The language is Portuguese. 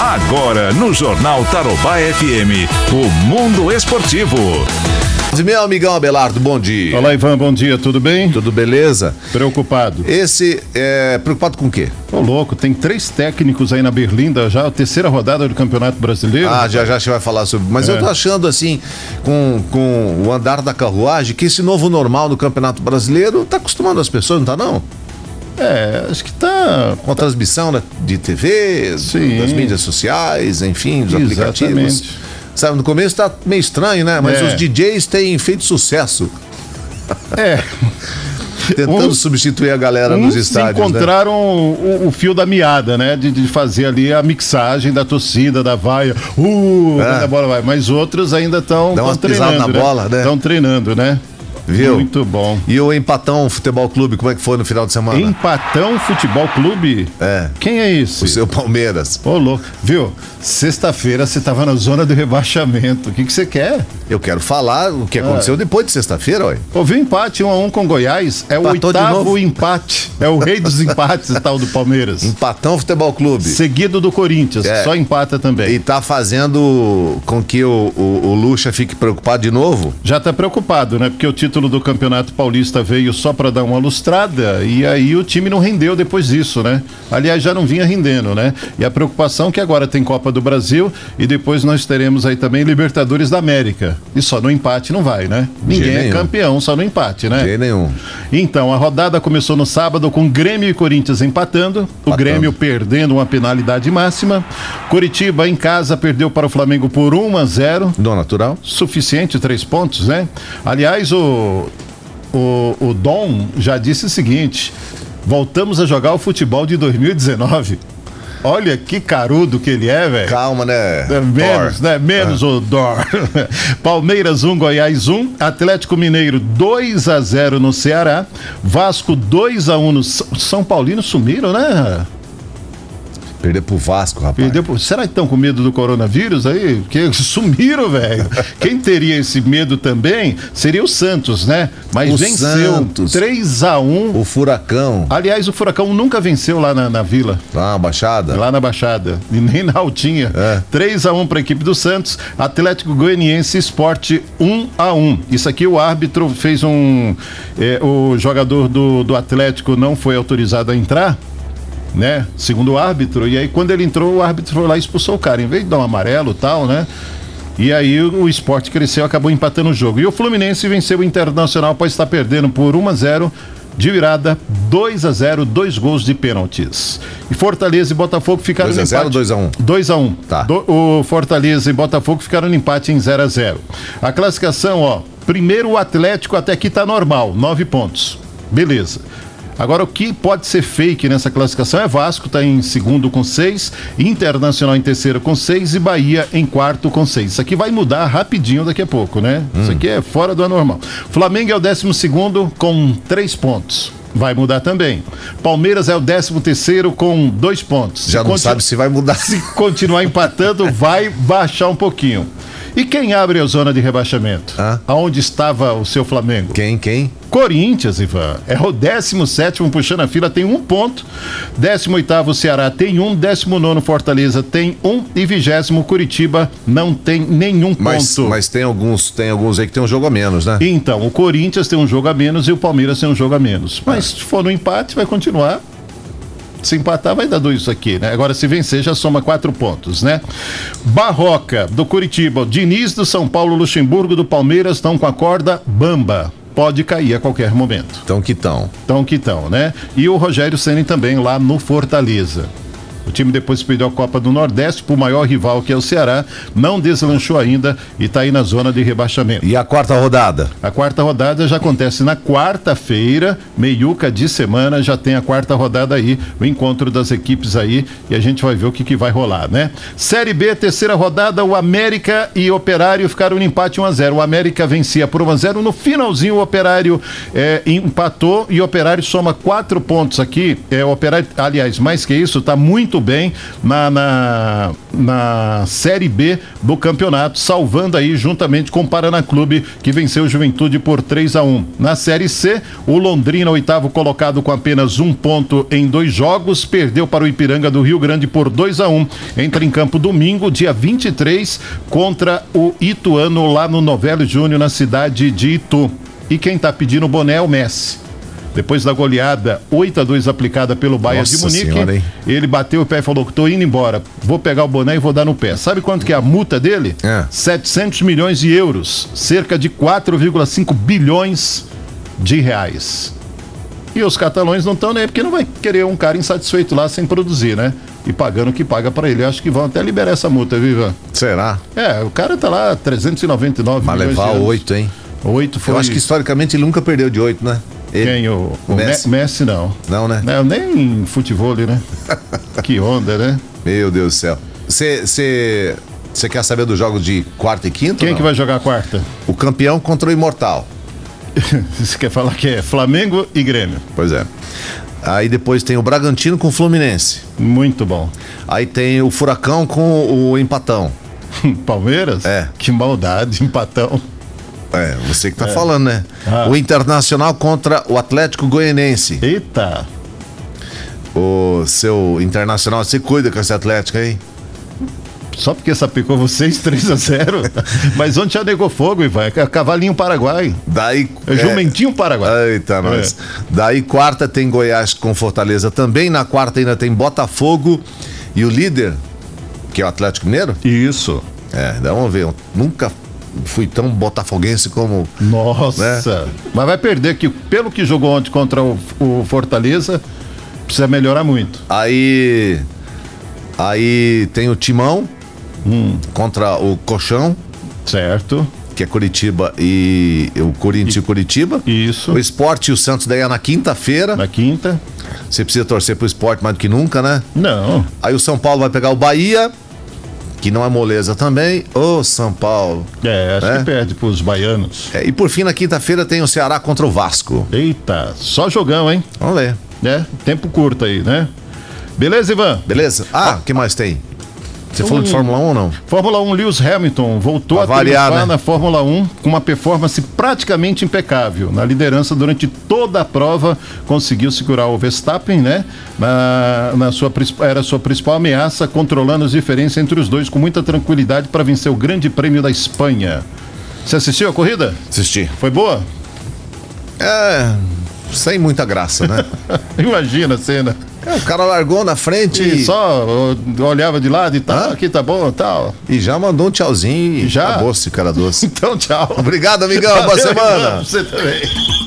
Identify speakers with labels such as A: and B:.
A: Agora, no Jornal Tarobá FM, o Mundo Esportivo.
B: Meu amigão Abelardo, bom dia.
C: Olá, Ivan, bom dia, tudo bem?
B: Tudo beleza?
C: Preocupado.
B: Esse é preocupado com o quê?
C: Ô, louco, tem três técnicos aí na Berlinda já, a terceira rodada do Campeonato Brasileiro.
B: Ah, já já a gente vai falar sobre. Mas
C: É.
B: eu tô achando assim, com, com o andar da carruagem, que esse novo normal do Campeonato Brasileiro tá acostumando as pessoas, não tá não?
C: É, acho que tá.
B: Com a transmissão né, de TV,
C: Sim.
B: das mídias sociais, enfim, dos
C: Exatamente.
B: aplicativos. Sabe, no começo tá meio estranho, né? Mas
C: É.
B: os DJs têm feito sucesso
C: É,
B: tentando
C: Uns-
B: substituir a galera nos
C: uns
B: estádios. né?
C: encontraram o, o fio da meada, né? De, de fazer ali a mixagem da torcida, da vaia. Uh,
B: É.
C: quando a bola vai. Mas outros ainda estão
B: Dá umas
C: treinando.
B: pisadas na bola, né?
C: Estão treinando, né?
B: Viu?
C: Muito bom.
B: E o Empatão Futebol Clube, como é que foi no final de semana?
C: Empatão Futebol Clube?
B: É.
C: Quem é esse?
B: O seu Palmeiras.
C: Ô, louco. Viu? Sexta-feira você tava na zona do rebaixamento. O que que você quer?
B: Eu quero falar o que
C: Ah.
B: aconteceu depois de sexta-feira, olha.
C: Houve um empate 1 um a 1 um com Goiás. É o
B: Empatou de novo?
C: oitavo empate. É o rei dos empates, tal do Palmeiras.
B: Empatão Futebol Clube.
C: Seguido do Corinthians,
B: É.
C: que só empata também.
B: E tá fazendo com que o, o, o Lucha fique preocupado de novo?
C: Já tá preocupado, né? Porque o título do Campeonato Paulista veio só pra dar uma lustrada e aí o time não rendeu depois disso, né? Aliás, já não vinha rendendo, né? E a preocupação é que agora tem Copa do Brasil e depois nós teremos aí também Libertadores da América. E só no empate não vai, né? Ninguém é
B: nenhum.
C: campeão só no empate, né?
B: De jeito nenhum.
C: Então, a rodada começou no sábado com Grêmio e Corinthians empatando, o Grêmio perdendo uma penalidade máxima. Curitiba em casa perdeu para o Flamengo por 1 a 0,
B: Dom natural?
C: suficiente três pontos, né? Aliás, o, o, o Dom já disse o seguinte: voltamos a jogar o futebol de 2019. Olha que carudo que ele é, velho.
B: Calma, né?
C: É, Menos,
B: Thor?
C: né? Menos o Dor. Palmeiras 1, Goiás 1. Atlético Mineiro 2 a 0 no Ceará. Vasco 2 a 1 no S- São Paulino sumiram, né?
B: Perder pro Vasco, rapaz.
C: Perdeu. pro- Será que estão com medo do coronavírus aí? Porque sumiram, velho. Quem teria esse medo também seria o Santos, né? Mas
B: O
C: venceu
B: Santos.
C: 3 a 1.
B: O Furacão.
C: Aliás, o Furacão nunca venceu lá na, na Vila.
B: Lá na Baixada.
C: Lá na Baixada. E nem na Altinha.
B: É.
C: 3x1 para a um equipe do Santos. Atlético Goianiense Esporte 1x1. Isso aqui o árbitro fez um. é, o jogador do, do Atlético não foi autorizado a entrar. Né? Segundo o árbitro, e aí quando ele entrou, o árbitro foi lá e expulsou o cara, em vez de dar um amarelo tal, né? E aí o, o esporte cresceu, acabou empatando o jogo. E o Fluminense venceu o Internacional após estar perdendo por 1 a 0 de virada, 2 a 0 dois gols de pênaltis. E Fortaleza e Botafogo ficaram
B: 2 a 0 ou 2 a 1?
C: 2 a 1.
B: Tá.
C: Do- o Fortaleza e Botafogo ficaram no empate em 0 a 0. A classificação, ó, primeiro o Atlético até aqui tá normal, 9 pontos. Beleza. Agora o que pode ser fake nessa classificação é Vasco tá em segundo com 6, Internacional em terceiro com 6 e Bahia em quarto com 6. Isso aqui vai mudar rapidinho daqui a pouco, né?
B: Hum.
C: Isso aqui é fora do anormal. Flamengo é o décimo segundo com 3 pontos. Vai mudar também. Palmeiras é o décimo terceiro com dois pontos.
B: Já não
C: Continu-
B: sabe se vai mudar.
C: se continuar empatando, vai baixar um pouquinho. E quem abre a zona de rebaixamento?
B: Hã?
C: Aonde estava o seu Flamengo?
B: Quem, quem?
C: Corinthians, Ivan. É o 17 puxando a fila, tem um ponto. 18 Ceará tem um. 19 Fortaleza tem um. E 20 Curitiba não tem nenhum
B: Mas,
C: ponto.
B: mas tem alguns, tem alguns aí que tem um jogo a menos, né?
C: Então, o Corinthians tem um jogo a menos e o Palmeiras tem um jogo a menos. Mas se for no empate, vai continuar. Se empatar, vai dar dois aqui, né? Agora, se vencer, já soma quatro pontos, né? Barroca, do Curitiba. Diniz, do São Paulo, Luxemburgo, do Palmeiras, estão com a corda bamba. Pode cair a qualquer momento.
B: Então que tão.
C: Então, que estão, né? E o Rogério Ceni também, lá no Fortaleza. O time depois perdeu a Copa do Nordeste para o maior rival, que é o Ceará. Não deslanchou ainda e está aí na zona de rebaixamento.
B: E a quarta rodada?
C: A quarta rodada já acontece na quarta-feira, meiuca de semana, já tem a quarta rodada aí, o encontro das equipes aí, e a gente vai ver o que, que vai rolar, né? Série B, terceira rodada, o América e Operário ficaram no empate 1x0. O América vencia por 1x0. No finalzinho, o Operário eh, É, empatou e o Operário soma quatro pontos aqui. É, o Operário, aliás, mais que isso, tá muito muito bem na, na, na Série B do campeonato, salvando aí juntamente com o Paraná Clube, que venceu o Juventude por 3 a 1 Na Série C, o Londrina, oitavo colocado com apenas um ponto em dois jogos, perdeu para o Ipiranga do Rio Grande por 2 a 1 Entra em campo domingo, dia 23, contra o Ituano, lá no Novello Júnior, na cidade de Itu. E quem tá pedindo o boné é o Messi. Depois da goleada 8 a 2 aplicada pelo Bayern de
B: Nossa
C: Munique,
B: Senhora, hein?
C: ele bateu o pé e falou que tô indo embora. Vou pegar o boné e vou dar no pé. Sabe quanto que é a multa dele?
B: É.
C: 700 milhões de euros, cerca de 4,5 bilhões de reais. E os catalães não estão nem aí, porque não vai querer um cara insatisfeito lá sem produzir, né? E pagando o que paga pra ele. Acho que vão até liberar essa multa, viva.
B: Será?
C: É, o cara tá lá 399
B: Mas
C: milhões de
B: levar
C: euros.
B: oito, hein?
C: 8 foi
B: Eu acho que historicamente ele nunca perdeu de oito, né? Ele-
C: Quem? O, o Me-
B: Messi?
C: Messi. não.
B: Não, né?
C: Não, nem futebol, né? que onda, né?
B: Meu Deus do céu. Você quer saber dos jogos de quarta e quinta?
C: Quem
B: ou
C: que
B: não?
C: vai jogar a quarta?
B: O campeão contra o imortal.
C: Você quer falar que é Flamengo e Grêmio.
B: Pois é. Aí depois tem o Bragantino com o Fluminense.
C: Muito bom.
B: Aí tem o Furacão com o Empatão.
C: Palmeiras?
B: É.
C: Que maldade, empatão.
B: É, você que tá falando, né?
C: Ah.
B: O Internacional contra o Atlético Goianense.
C: Eita.
B: O seu Internacional, você cuida com esse Atlético aí?
C: Só porque sapicou vocês 3 a 0 Mas ontem já negou fogo, Ivan. É Cavalinho Paraguai.
B: Daí.
C: É Jumentinho Paraguai.
B: Eita, nós. Daí quarta tem Goiás com Fortaleza também. Na quarta ainda tem Botafogo e o líder, que é o Atlético Mineiro.
C: Isso.
B: É, dá vamos ver. Eu nunca fui tão botafoguense como.
C: Nossa.
B: Né?
C: Mas vai perder que pelo que jogou ontem contra o, o Fortaleza, precisa melhorar muito.
B: Aí. Aí tem o Timão
C: Hum.
B: contra o Colchão,
C: Certo?
B: que é Curitiba e. O Corinthians e Curitiba.
C: Isso.
B: O Esporte e o Santos daí é na quinta-feira.
C: Na quinta?
B: Você precisa torcer pro esporte mais do que nunca, né?
C: Não.
B: Aí o São Paulo vai pegar o Bahia, que não é moleza também. Ô, São Paulo.
C: É, acho
B: É?
C: que perde pros baianos.
B: É, e por fim, na quinta-feira tem o Ceará contra o Vasco.
C: Eita, só jogão, hein?
B: Vamos ver.
C: Né? Tempo curto aí, né? Beleza, Ivan?
B: Beleza? Ah, o que mais tem? Você falou de
C: Hum.
B: Fórmula 1 ou não?
C: Fórmula 1, Lewis Hamilton voltou
B: Pra
C: a
B: variar,
C: triunfar
B: né?
C: na Fórmula 1 com uma performance praticamente impecável. Na liderança durante toda a prova, conseguiu segurar o Verstappen, né? Na, na sua, princip- era a sua principal ameaça, controlando as diferenças entre os dois com muita tranquilidade para vencer o Grande Prêmio da Espanha. Você assistiu a corrida?
B: Assisti.
C: Foi boa?
B: É. Sem muita graça, né?
C: Imagina a cena.
B: É, o cara largou na frente
C: E
B: e,
C: só ó, olhava de lado e tal,
B: Hã?
C: aqui tá bom e tal.
B: e já mandou um tchauzinho e
C: Já?
B: acabou-se, cara doce.
C: Então, tchau.
B: Obrigado, amigão. Boa
C: Valeu,
B: semana.
C: Ivan, Você também.